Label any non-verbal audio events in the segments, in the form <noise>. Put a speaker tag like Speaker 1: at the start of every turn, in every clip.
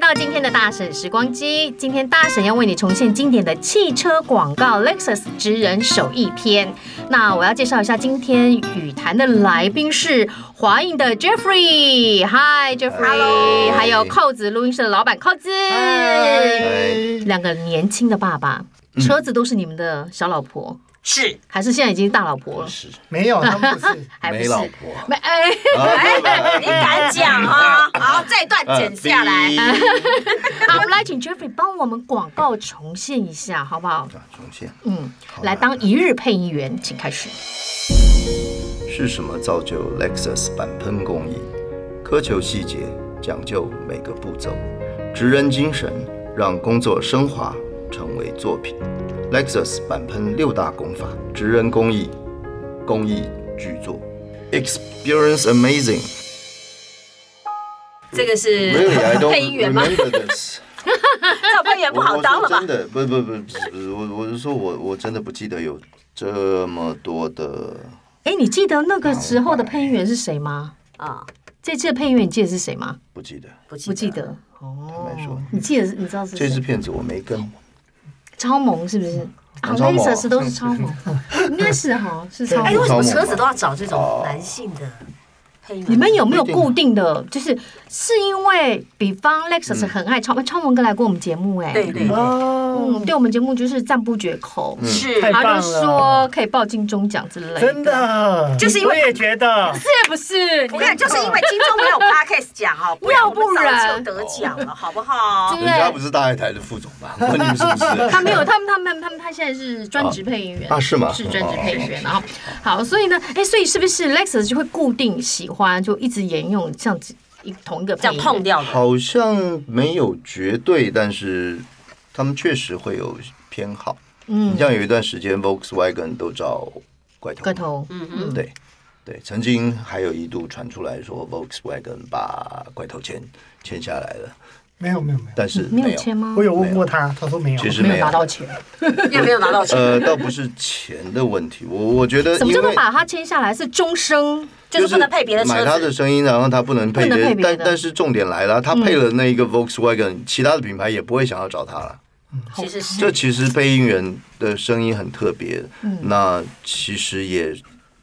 Speaker 1: 到今天的大婶时光机，今天大婶要为你重现经典的汽车广告 Lexus 职人手艺篇。那我要介绍一下今天语坛的来宾是华映的 Jeffrey，嗨 Jeffrey，
Speaker 2: Hello
Speaker 1: 还有扣子录音室的老板扣子，
Speaker 3: 哎
Speaker 2: 嗨
Speaker 1: 两个年轻的爸爸，
Speaker 3: 嗯
Speaker 1: 车子都是你们的小老婆，
Speaker 2: 是
Speaker 1: 还是现在已经大老婆了？
Speaker 3: 是
Speaker 4: 没有，他们不是
Speaker 1: 还不
Speaker 3: 没
Speaker 1: 是
Speaker 3: 老婆，
Speaker 1: 没哎，
Speaker 2: 哎你敢讲啊？好，这一段剪下来。
Speaker 3: 呃哔
Speaker 1: 好，来请 Jeffrey 帮我们广告重现一下，好不好？
Speaker 3: 啊重现
Speaker 1: 嗯，
Speaker 3: 好
Speaker 1: 来
Speaker 3: 的
Speaker 1: 当一日配音员，请开始。
Speaker 3: 是什么造就 Lexus 板喷工艺？苛求细节，讲究每个步骤，职人精神让工作升华成为作品。Lexus 板喷六大功法，职人工艺，工艺巨作。Experience amazing.
Speaker 2: 这个是
Speaker 3: Really, I
Speaker 2: <laughs> 配音
Speaker 3: don't
Speaker 2: 员吗？
Speaker 3: remember this.
Speaker 2: 这配音员不好当了
Speaker 3: 我我
Speaker 2: 吧
Speaker 3: 说真？的，不不不不不，我我是说我我真的不记得有这么多的
Speaker 1: 哎，你记得那个时候的配音员是谁吗？
Speaker 2: 啊，
Speaker 1: 这次的配音员你记得是谁吗？
Speaker 3: 不记得。
Speaker 1: 不
Speaker 2: 不
Speaker 1: 记
Speaker 2: 记得。
Speaker 1: 得。哦
Speaker 3: 白说，
Speaker 1: 你记得你知道是
Speaker 3: 这支
Speaker 1: 谁？
Speaker 3: 片子我没跟，
Speaker 1: 超萌是不是？啊，那
Speaker 3: 超
Speaker 1: 一
Speaker 3: 萌啊
Speaker 1: 次是都是超萌，应该是哈，是超
Speaker 2: 哎，为
Speaker 1: 萌。
Speaker 2: 什么车子都要找这种男性的配音员？
Speaker 1: 你们有没有固定的？就是是因为，比方 Lexus 很爱超萌，哎超萌哥来过我们节目，哎，
Speaker 2: 对对对，
Speaker 4: 哦
Speaker 1: 嗯，，对我们节目就是赞不绝口，
Speaker 2: 是
Speaker 4: 太棒
Speaker 1: 他
Speaker 4: 了
Speaker 1: 就说可以报金钟奖之类的，<laughs>
Speaker 4: 真的，
Speaker 2: 就是因为
Speaker 4: 我也觉得，
Speaker 1: 是不是？
Speaker 2: 我跟你讲，就是因为金钟没有 podcast 讲哦，
Speaker 1: 要不
Speaker 2: 不然我们早
Speaker 1: 然
Speaker 2: 就得奖了，好不好
Speaker 3: <laughs>
Speaker 1: 真？
Speaker 3: 人家不是大爱台的副总
Speaker 1: <laughs>
Speaker 3: 吧？关你们什么事？
Speaker 1: 他没有，他们他们他们他现在是专职配音员
Speaker 3: 啊是吗
Speaker 1: 是专职配音员，然后好，所以呢，哎，所以是不是 Lex 就会固定喜欢，就一直沿用这样子一同一个
Speaker 2: 这样痛
Speaker 1: 掉？
Speaker 2: 掉 <laughs> 的，
Speaker 3: 好像没有绝对，但是他们确实会有偏好。
Speaker 1: 嗯
Speaker 3: 你像有一段时间，Volkswagen 都找怪头，
Speaker 1: 个头，
Speaker 2: 嗯嗯，
Speaker 3: 对对，曾经还有一度传出来说 Volkswagen 把怪头签签下来了，
Speaker 4: 没有没有没有，
Speaker 3: 但是
Speaker 1: 没
Speaker 3: 没
Speaker 1: 有
Speaker 3: 有，
Speaker 1: 签吗
Speaker 4: 我？有问过他，他说没有
Speaker 3: 其，实
Speaker 1: 没
Speaker 3: 没
Speaker 1: 有拿
Speaker 3: 有。
Speaker 1: 到钱，
Speaker 2: 又没有拿到钱，
Speaker 3: 呃，倒不是钱的问题，我我觉得
Speaker 1: 怎么
Speaker 3: 因
Speaker 1: 叫做
Speaker 3: 为
Speaker 1: 把它签下来是终生？
Speaker 2: 就是不能配别的车
Speaker 3: 买他的
Speaker 2: 子。
Speaker 3: 声音，然后他不能
Speaker 1: 不
Speaker 3: 配
Speaker 1: 能配别的嗯
Speaker 3: 但但是重点来了，他配了那一个 Volkswagen，、其他的品牌也不会想要找他了。
Speaker 2: 其实是
Speaker 3: 这其实配音员的声音很特别，
Speaker 1: 嗯
Speaker 3: 那其实也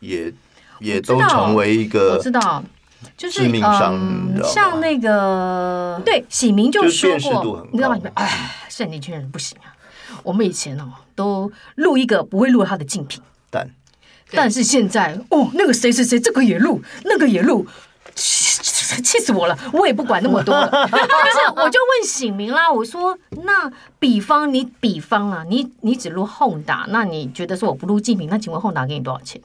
Speaker 3: 也也都
Speaker 1: 我知道
Speaker 3: 成为一
Speaker 1: 我
Speaker 3: 个
Speaker 1: 知道。就是呃
Speaker 3: 致命伤你知道吗
Speaker 1: 像那个对喜明就
Speaker 3: 就是
Speaker 1: 说
Speaker 3: 辨识度
Speaker 1: 过
Speaker 3: 很，高
Speaker 1: 你知道吗？哎，现在年轻人不行啊。我们以前哦，都录一个不会录他的竞品，
Speaker 3: 蛋。
Speaker 1: 但是现在哦，那个谁谁谁，这个也录，那个也录。气气气死我了！我也不管那么 <laughs> 多了，就是我就问醒明啦，我说那比方你比方啦，你你只录 Honda，那你觉得说我不录竞品，那请问 Honda 给你多少钱？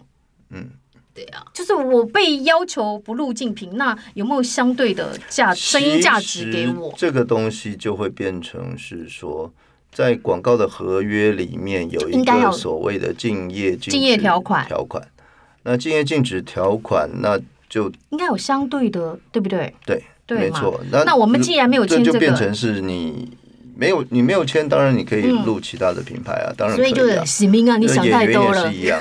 Speaker 3: 嗯
Speaker 2: 对啊，
Speaker 1: 就是我被要求不录竞品，那有没有相对的价声音价值给我
Speaker 3: 其实？这个东西就会变成是说，在广告的合约里面有
Speaker 1: 应
Speaker 3: 一
Speaker 1: 该要
Speaker 3: 个所谓的竞业禁止
Speaker 1: 竞业条款
Speaker 3: 条款。那竞业禁止条款，那就
Speaker 1: 应该有相对的，对不对？
Speaker 3: 对，
Speaker 1: 对
Speaker 3: 没
Speaker 1: 嘛
Speaker 3: 错。
Speaker 1: 那我们既然没有签这
Speaker 3: 这就
Speaker 1: 个
Speaker 3: 变成是你没有你没有签，当然你可以录其他的品牌啊，当然可
Speaker 1: 嗯所以就
Speaker 3: 以啊
Speaker 1: 是。醒明啊，你
Speaker 3: 那
Speaker 1: 想太
Speaker 3: 演员
Speaker 1: 多
Speaker 3: 也
Speaker 1: 了啊 <laughs>
Speaker 3: 是，一样，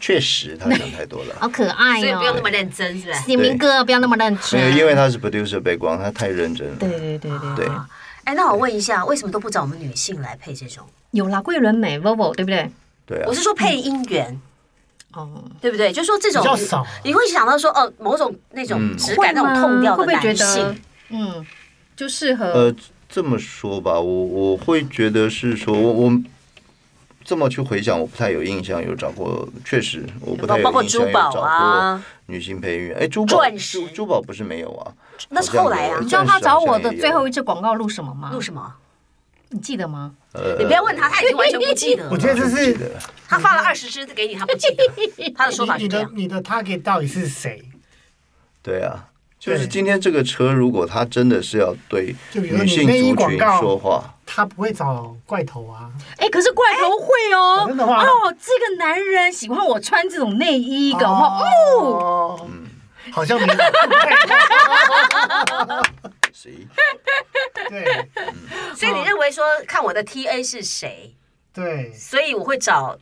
Speaker 3: 确实他想太多了。
Speaker 1: 好可爱
Speaker 2: 所以不用那
Speaker 1: 哦。
Speaker 2: 么认真，是不是？
Speaker 1: 醒明哥，不要那么认
Speaker 3: 没有，
Speaker 1: 真。
Speaker 3: 因为他是 producer 背光，他太认真了。
Speaker 1: 对对对对，
Speaker 3: 对
Speaker 2: 啊哎，那我问一下，为什么都不找我们女性来配这种？
Speaker 1: 有啦，桂纶镁 Vivo 对不对？
Speaker 3: 对啊
Speaker 2: 我，是说配音员，
Speaker 1: 哦，
Speaker 2: 对不对？就说这种
Speaker 4: 比较少
Speaker 2: 你会想到说哦，某种那种质
Speaker 1: 会
Speaker 2: 感、那
Speaker 1: 吗？
Speaker 2: 种痛调
Speaker 1: 会
Speaker 2: 的
Speaker 1: 不会觉得
Speaker 2: 男性，
Speaker 1: 嗯，就适合
Speaker 3: 呃，这么说吧，我我会觉得是说，我我这么去回想，我不太有印象，有找过，确实我不太
Speaker 2: 包
Speaker 3: 有
Speaker 2: 括
Speaker 3: 印象
Speaker 2: 珠
Speaker 3: 有
Speaker 2: 宝
Speaker 3: 找过
Speaker 2: 啊，
Speaker 3: 女性配音员。哎，珠宝
Speaker 2: 钻石
Speaker 3: 珠珠宝不是没有啊？
Speaker 2: 那是后来啊
Speaker 3: 好像有。
Speaker 1: 你知道他找我的最后一支广告录什么吗？
Speaker 2: 录什么？
Speaker 1: 你记得吗？
Speaker 3: 呃，
Speaker 2: 你不要问他，他已经完全不记得
Speaker 4: 我
Speaker 2: 了。
Speaker 4: 觉得这
Speaker 3: 不记
Speaker 4: 是
Speaker 3: 得了
Speaker 2: 他发了二十支给你，他不记得。他的说法
Speaker 4: 你
Speaker 2: 是这
Speaker 4: 的
Speaker 2: 样。
Speaker 4: 你的 target 到底是谁？
Speaker 3: 对啊，就是
Speaker 4: 对
Speaker 3: 今天这个车，如果它真的是要对
Speaker 4: 就比如说
Speaker 3: 女
Speaker 4: 你
Speaker 3: 性
Speaker 4: 内衣
Speaker 3: 族
Speaker 4: 广
Speaker 3: 群
Speaker 4: 告
Speaker 3: 说话，
Speaker 2: <laughs>
Speaker 4: 他不会找怪头啊，
Speaker 1: 哎，可是怪头会
Speaker 4: 哎
Speaker 1: 哦
Speaker 4: 哦，真的吗
Speaker 1: 哦，这个男人喜欢我穿这种内衣，搞不好哦。
Speaker 4: 哦，好像没有，
Speaker 3: 谁
Speaker 4: 对
Speaker 2: 所以
Speaker 1: 哦
Speaker 2: 你认为说看我的 TA 是谁，
Speaker 4: 对，
Speaker 2: 所以我会找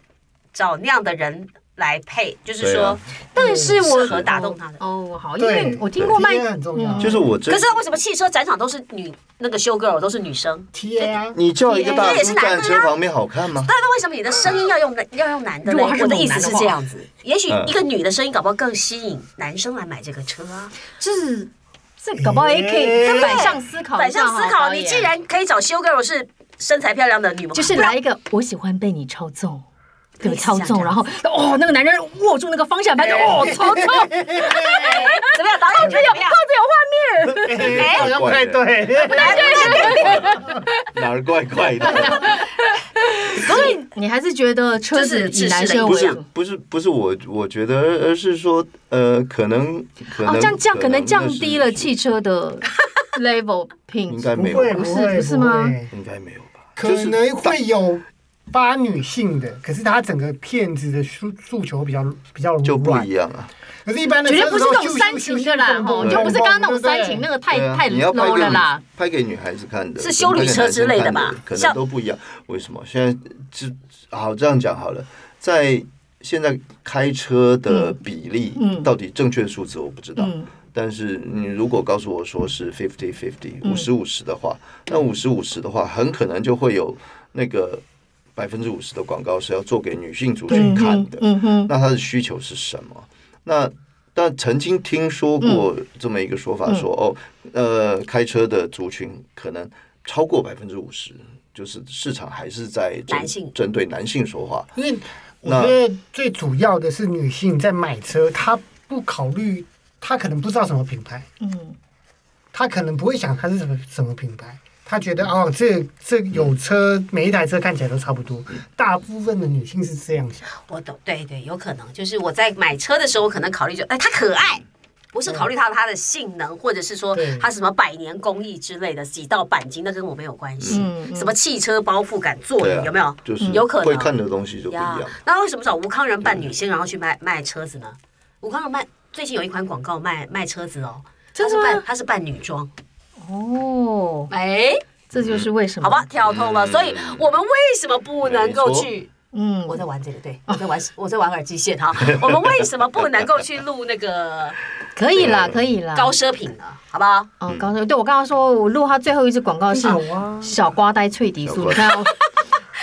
Speaker 2: 找那样的人来配，就是
Speaker 3: 对
Speaker 2: 说
Speaker 3: 啊
Speaker 1: 但是我
Speaker 2: 适合打动他的。
Speaker 1: 哦， <laughs> 好，因
Speaker 4: 对
Speaker 1: 为我听过卖
Speaker 4: TA 很重要，
Speaker 3: 嗯就是是我真
Speaker 2: 可是为什么汽车展场都是女那个修 girl 都是女生？
Speaker 4: TA 啊，
Speaker 3: <laughs> 你叫一个大
Speaker 2: 也
Speaker 3: 叔
Speaker 2: 是男的啊
Speaker 3: 站
Speaker 2: 呀
Speaker 3: 车旁边好看
Speaker 2: <laughs>
Speaker 3: 吗？
Speaker 2: 那那为什么你的声音要用男要用男的
Speaker 1: 嗯如
Speaker 2: 呢？
Speaker 1: 果他是
Speaker 2: 我的
Speaker 1: 猛
Speaker 2: 意
Speaker 1: 男
Speaker 2: 思
Speaker 1: 的
Speaker 2: 是
Speaker 1: 话
Speaker 2: 这样子，也许
Speaker 3: 嗯
Speaker 2: 一个女的声音搞不好更吸引男生来买这个车啊。
Speaker 1: 就是这搞不好也可以
Speaker 4: 哎
Speaker 1: 反向思考
Speaker 2: 反
Speaker 1: 一下
Speaker 2: 向
Speaker 1: 哈，
Speaker 2: 思考，
Speaker 1: 导
Speaker 2: 你
Speaker 1: 演
Speaker 2: 既然可以找修 girl 是身材漂亮的女模，
Speaker 1: 就是
Speaker 2: 不然
Speaker 1: 来一个我喜欢被你操纵。被我
Speaker 2: 类似像
Speaker 1: 操
Speaker 2: 这
Speaker 1: 纵，
Speaker 2: 样
Speaker 1: 然后哦，那个男人握住那个方向盘，就
Speaker 4: 哎
Speaker 1: 哦，操纵，
Speaker 2: <laughs> 怎么样？导演觉得怎么样？
Speaker 4: 哎好像不太对，
Speaker 3: 哪儿怪怪的？
Speaker 1: 所以你还是觉得车子以男生
Speaker 3: 不
Speaker 1: 为
Speaker 3: 是
Speaker 1: 主。
Speaker 3: 不是不是我我觉得，而是说呃，可能可能
Speaker 1: 哦，这样降可能降
Speaker 3: 那是
Speaker 1: 低了汽车的 level 品
Speaker 3: 应
Speaker 1: 质。
Speaker 3: 该
Speaker 4: 不
Speaker 3: 没有
Speaker 4: 会
Speaker 3: 吧，
Speaker 4: 不
Speaker 1: 是
Speaker 4: 会
Speaker 1: 不是吗
Speaker 4: 不会
Speaker 3: 应该没有吧？
Speaker 4: 可能会有发女性的，可是他整个片子的诉诉求比较比较
Speaker 3: 就不
Speaker 4: 软
Speaker 3: 一，样啊。
Speaker 4: 可是一般的
Speaker 1: 绝对
Speaker 4: 车
Speaker 1: 不
Speaker 4: 子
Speaker 1: 是
Speaker 4: 都
Speaker 1: 那种
Speaker 4: 咻
Speaker 1: 煽
Speaker 4: 咻
Speaker 1: 情
Speaker 4: 咻
Speaker 1: 的啦，
Speaker 4: 咻
Speaker 1: 吼，
Speaker 4: 蹦
Speaker 1: 就
Speaker 4: 蹦
Speaker 1: 不是刚刚那种
Speaker 4: 对不对
Speaker 1: 煽情，那个太
Speaker 3: 对啊
Speaker 1: 太
Speaker 3: 你要拍
Speaker 1: low
Speaker 3: 给
Speaker 1: 了啦
Speaker 3: 女。拍给女孩子看的，
Speaker 2: 是修理车之类的吧
Speaker 3: 跟拍给男生看可能
Speaker 2: 像
Speaker 3: 都不一样。为什么？现在就好这样讲好了，在现在开车的比例，
Speaker 1: 嗯
Speaker 3: 到底正确数字我不知道。
Speaker 1: 嗯
Speaker 3: 但是你如果告诉我说是 fifty fifty
Speaker 1: 嗯
Speaker 3: 五十五十的话，那五十五十的话，很可能就会有那个百分之五十的广告是要做给女性族
Speaker 1: 嗯
Speaker 3: 群看
Speaker 1: 哼
Speaker 3: 的。
Speaker 1: 嗯哼，
Speaker 3: 那他的需求是什么？那但曾经听说过这么一个说法说，哦，呃，开车的族群可能超过百分之五十，就是市场还是在针
Speaker 2: 男性
Speaker 3: 针对男性说话。
Speaker 4: 因为我
Speaker 3: 那
Speaker 4: 觉得最主要的是女性在买车，她不考虑，她可能不知道什么品牌，
Speaker 1: 嗯，
Speaker 4: 她可能不会想它是什么什么品牌，她觉得哦，这这有车，每一台车看起来都差不多。大部分的女性是这样想，
Speaker 2: 我懂，对对，有可能就是我在买车的时候，我可能考虑就哎，它可爱。不是考虑它它的性能，或者是说
Speaker 4: 对
Speaker 2: 它什么百年工艺之类的几道钣金，那跟我没有关系。
Speaker 1: 嗯嗯
Speaker 2: 什么汽车包覆感做
Speaker 3: 对
Speaker 2: 的、
Speaker 3: 啊，
Speaker 2: 有没有？嗯
Speaker 3: 就是
Speaker 2: 有可能
Speaker 3: 会看的东西就不一
Speaker 2: 呀
Speaker 3: 样。，
Speaker 2: 那为什么找吴康仁扮女星，然后去卖卖车子呢？吴康仁卖最近有一款广告卖卖车子哦，
Speaker 1: 真的
Speaker 2: 他是
Speaker 1: 吗
Speaker 2: 扮他是扮女装，
Speaker 1: 哦，
Speaker 2: 哎，
Speaker 1: 这就是为什么。
Speaker 2: 好吧，，跳通了。
Speaker 3: 嗯
Speaker 2: 所以我们为什么不能够去？
Speaker 1: 嗯，
Speaker 2: 我在玩这个，对我在 <laughs> 玩我在玩耳机 <laughs> 线哈。我们为什么不能够去录那个呃
Speaker 1: 可以
Speaker 3: 啊
Speaker 1: 啦，可以啦。
Speaker 2: 高奢品呢？好不好？
Speaker 1: 哦，高手，对我刚刚说，我录他最后一支广告是
Speaker 4: 好啊
Speaker 1: 小瓜呆脆笛酥，
Speaker 3: 嗯小瓜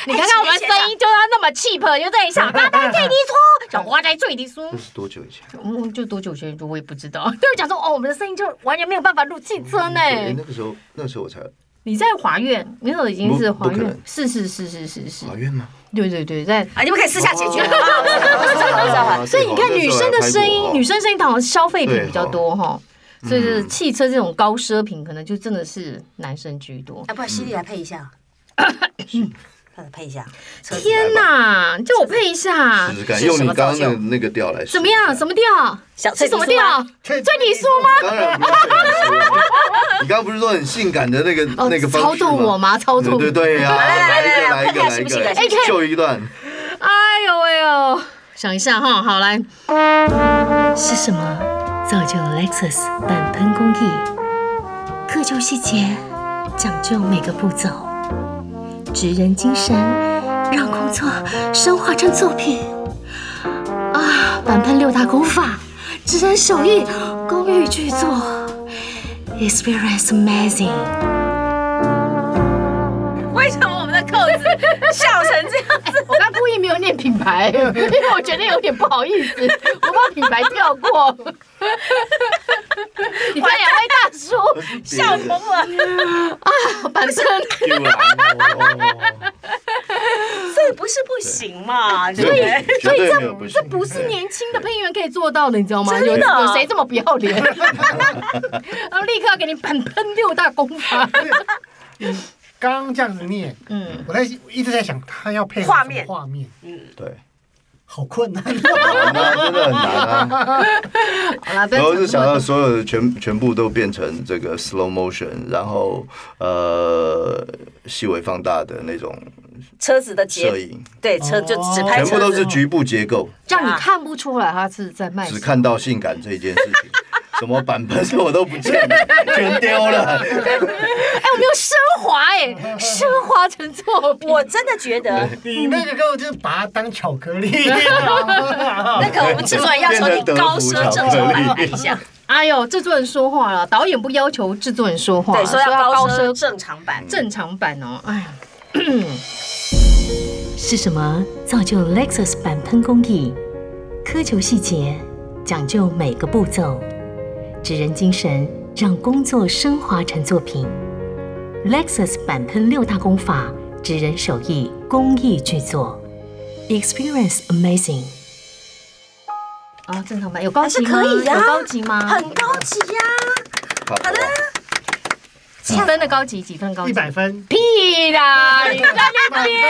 Speaker 1: 你看我，你看看我们声音就要那么 cheap，就这一下，瓜呆脆笛
Speaker 3: <laughs>
Speaker 1: 酥，小瓜呆脆笛酥
Speaker 3: 这，是多久以前？
Speaker 1: 嗯，就多久前我也不知道， <laughs> 就是讲说哦，我们的声音就完全没有办法录汽车呢。
Speaker 3: 哎，那个时候，那时候我才
Speaker 1: 你在华苑，那时候已经是
Speaker 3: 不
Speaker 1: 华
Speaker 3: 不可
Speaker 1: 苑
Speaker 3: 能，
Speaker 1: 是是是是是是，
Speaker 3: 怀孕吗？
Speaker 1: 对对对，在。
Speaker 2: 啊，你们可以私下解决。 <laughs>
Speaker 3: 哦
Speaker 1: 所以你看，女生的声音，女生声音好像消费品比较多哈，
Speaker 3: 嗯
Speaker 1: 所以就是汽车这种高奢品，可能就真的是男生居多。
Speaker 2: 哎要不然犀利来配一下，嗯来配一下。车子
Speaker 1: 天哪，叫我配一下
Speaker 3: 嗯试，试看，用你刚刚
Speaker 2: 是什么
Speaker 3: 的
Speaker 2: 造
Speaker 3: 那个调来试试
Speaker 1: 怎么样？
Speaker 3: 看
Speaker 1: 什么调？
Speaker 2: 小
Speaker 1: 是什么调？
Speaker 4: 这
Speaker 1: 这你说吗？
Speaker 3: <laughs> 当然不是这样说你刚刚不是说很性感的那个
Speaker 1: 哦
Speaker 3: 那个方
Speaker 1: 操
Speaker 3: 式吗
Speaker 1: 纵我吗？操纵
Speaker 3: 对对对呀，来一个来一个来一个，秀一段。
Speaker 1: 哎呦喂呦，想一下哈，好来，是什么造就 Lexus 板喷工艺？苛求细节，讲究每个步骤，职人精神，让工作升华成作品。啊，板喷六大功法，职人手艺，工艺巨作，experience amazing。
Speaker 2: 为什么我们的扣子笑成这样子？
Speaker 1: 我刚故意没有念品牌，因为我觉得有点不好意思，我把品牌跳 <laughs> 过。你看两位大 <laughs> 叔
Speaker 3: 哎
Speaker 2: 笑疯了，
Speaker 1: 板身，
Speaker 3: 丢了
Speaker 2: 所以不是不行嘛，对不对？
Speaker 3: 绝对没有不行，这
Speaker 1: 不是年轻的配音员可以做到的，你知道吗？有
Speaker 2: 真的
Speaker 1: 有谁这么不要脸？然后立刻要给你板喷六大功法。
Speaker 4: 刚刚这样子念，
Speaker 1: 嗯，
Speaker 4: 我在一直在想，她要配合
Speaker 2: 画
Speaker 4: 什么
Speaker 2: 面
Speaker 4: 画面
Speaker 3: 对，
Speaker 4: 好困难。
Speaker 3: 难啊，真的很
Speaker 1: <laughs>
Speaker 3: 难啊。
Speaker 1: 好了，不
Speaker 3: 然
Speaker 1: 要
Speaker 3: 后就
Speaker 1: 讲这
Speaker 3: 想
Speaker 1: 么
Speaker 3: 到
Speaker 1: 多。
Speaker 3: 所有的全全部都变成这个 slow motion，然后呃细微放大的那种
Speaker 2: 车子的结
Speaker 3: 摄影，
Speaker 2: 对车就只拍
Speaker 3: 全
Speaker 2: 车子，
Speaker 3: 部都是局部结构，
Speaker 2: 啊
Speaker 1: 这样你看不出来他是在卖什
Speaker 3: 只
Speaker 1: 么。
Speaker 3: 看到性感这件事情。 <laughs> 什么版本我都不见了，全丢了。
Speaker 1: 哎，我们又升华哎，升华成作品。
Speaker 2: 嗯我真的觉得
Speaker 4: <laughs> 你那个根本就是把它当巧克 <laughs> 力。啊
Speaker 2: 那个我们制作人要求你高奢正宗版买一下，
Speaker 1: 哎呦，制作人说话了，导演不要求制作人说话，
Speaker 2: 哦对，说要高
Speaker 1: 奢
Speaker 2: 奢正常版。
Speaker 1: 正常版哦。哎呀，是什么造就 Lexus 版喷工艺？苛求细节，讲究每个步骤，指人精神，让工作升华成作品。Lexus 版喷六大功法，指人手艺，工艺巨作，Experience Amazing。啊，正常版有高级吗？
Speaker 2: 还是可以呀啊
Speaker 1: 有高级吗？
Speaker 2: 很高级呀、
Speaker 3: <laughs> 好的，
Speaker 1: 几分的高级，几分高级？
Speaker 4: 一
Speaker 2: 嗯
Speaker 4: 百分，
Speaker 1: 屁啦！你在那
Speaker 4: 满分
Speaker 1: 边，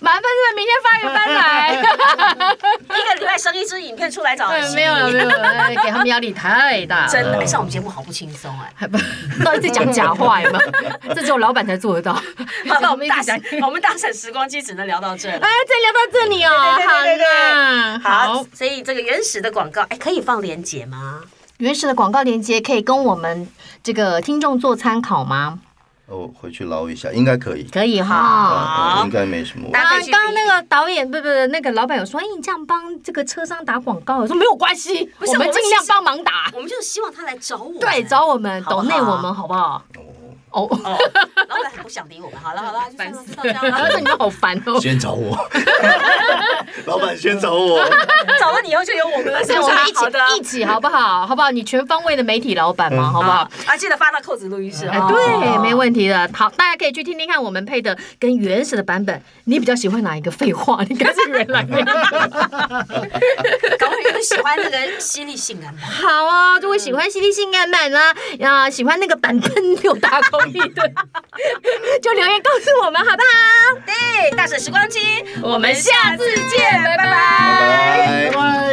Speaker 1: 满分是不是明天发一个班来？
Speaker 2: 一个礼拜生一支影片出来找人
Speaker 1: 对，没有了，没有了，哎给他们压力太大了。
Speaker 2: 真的，哎上我们节目好不轻松哎、
Speaker 1: 还不到一直讲假话，有没 <laughs> 有？这只有老板才做得到。
Speaker 2: 好了，我们
Speaker 1: 一
Speaker 2: 大
Speaker 1: 直讲。
Speaker 2: <laughs> 我们大婶时光机只能聊到这了
Speaker 1: <laughs> 哎。，再聊到这里哦，好
Speaker 2: 对对对对
Speaker 1: 啦，
Speaker 2: 好
Speaker 1: 好，，
Speaker 2: 所以这个原始的广告，哎，可以放链接吗？
Speaker 1: 原始的广告链接可以跟我们这个听众做参考吗？
Speaker 3: 我回去捞一下，应该可以。
Speaker 1: 可以哈。
Speaker 3: 啊，应该没什么问
Speaker 2: 大
Speaker 1: 刚
Speaker 2: 家可
Speaker 1: 啊
Speaker 2: 以
Speaker 1: 刚
Speaker 2: 去
Speaker 1: 刚那个导演不不不，那个老板有说，哎，你这样帮这个车商打广告，我说没有关系，
Speaker 2: 不是
Speaker 1: 我们
Speaker 2: 我们
Speaker 1: 尽
Speaker 2: 其
Speaker 1: 量
Speaker 2: 实
Speaker 1: 帮忙打。
Speaker 2: 我们就希望他来找我，
Speaker 1: 对，找我们，啊
Speaker 2: 好不
Speaker 1: 抖
Speaker 2: 好
Speaker 1: 内我们好不好？哦，
Speaker 2: 哦，老板不想理我们，好了
Speaker 1: <laughs>
Speaker 2: 好了，就这样了，知道这样
Speaker 1: 然后
Speaker 2: 了。
Speaker 1: <laughs> 你们好烦哦
Speaker 3: 题。。先找我， <laughs> 老板先找 <laughs> 我。
Speaker 2: 找到你以后就
Speaker 1: <laughs>
Speaker 2: 有我们了，
Speaker 1: 所
Speaker 2: 是
Speaker 1: 以
Speaker 2: 不
Speaker 1: 我
Speaker 2: 是
Speaker 1: 们一起
Speaker 2: 好的
Speaker 1: 一起好不好？好不好？你全方位的媒体老板嘛，好不好？
Speaker 2: 啊，记得发到扣子录音室
Speaker 1: 哎
Speaker 2: 啊。
Speaker 1: 对，没问题的。好，大家可以去听听看我们配的跟原始的版本，你比较喜欢哪一个？废话，你该是原来那个。
Speaker 2: 题。搞不好有人喜欢那个犀利
Speaker 1: <laughs>
Speaker 2: 性感版。
Speaker 1: 好啊，如果喜欢犀利性感版呢，啊，喜欢那个版本六大公益的，就留言告诉我们好不好？哎
Speaker 2: 对，大婶时光机，
Speaker 1: 我们下次见，拜拜。
Speaker 3: 拜拜。
Speaker 4: 拜拜。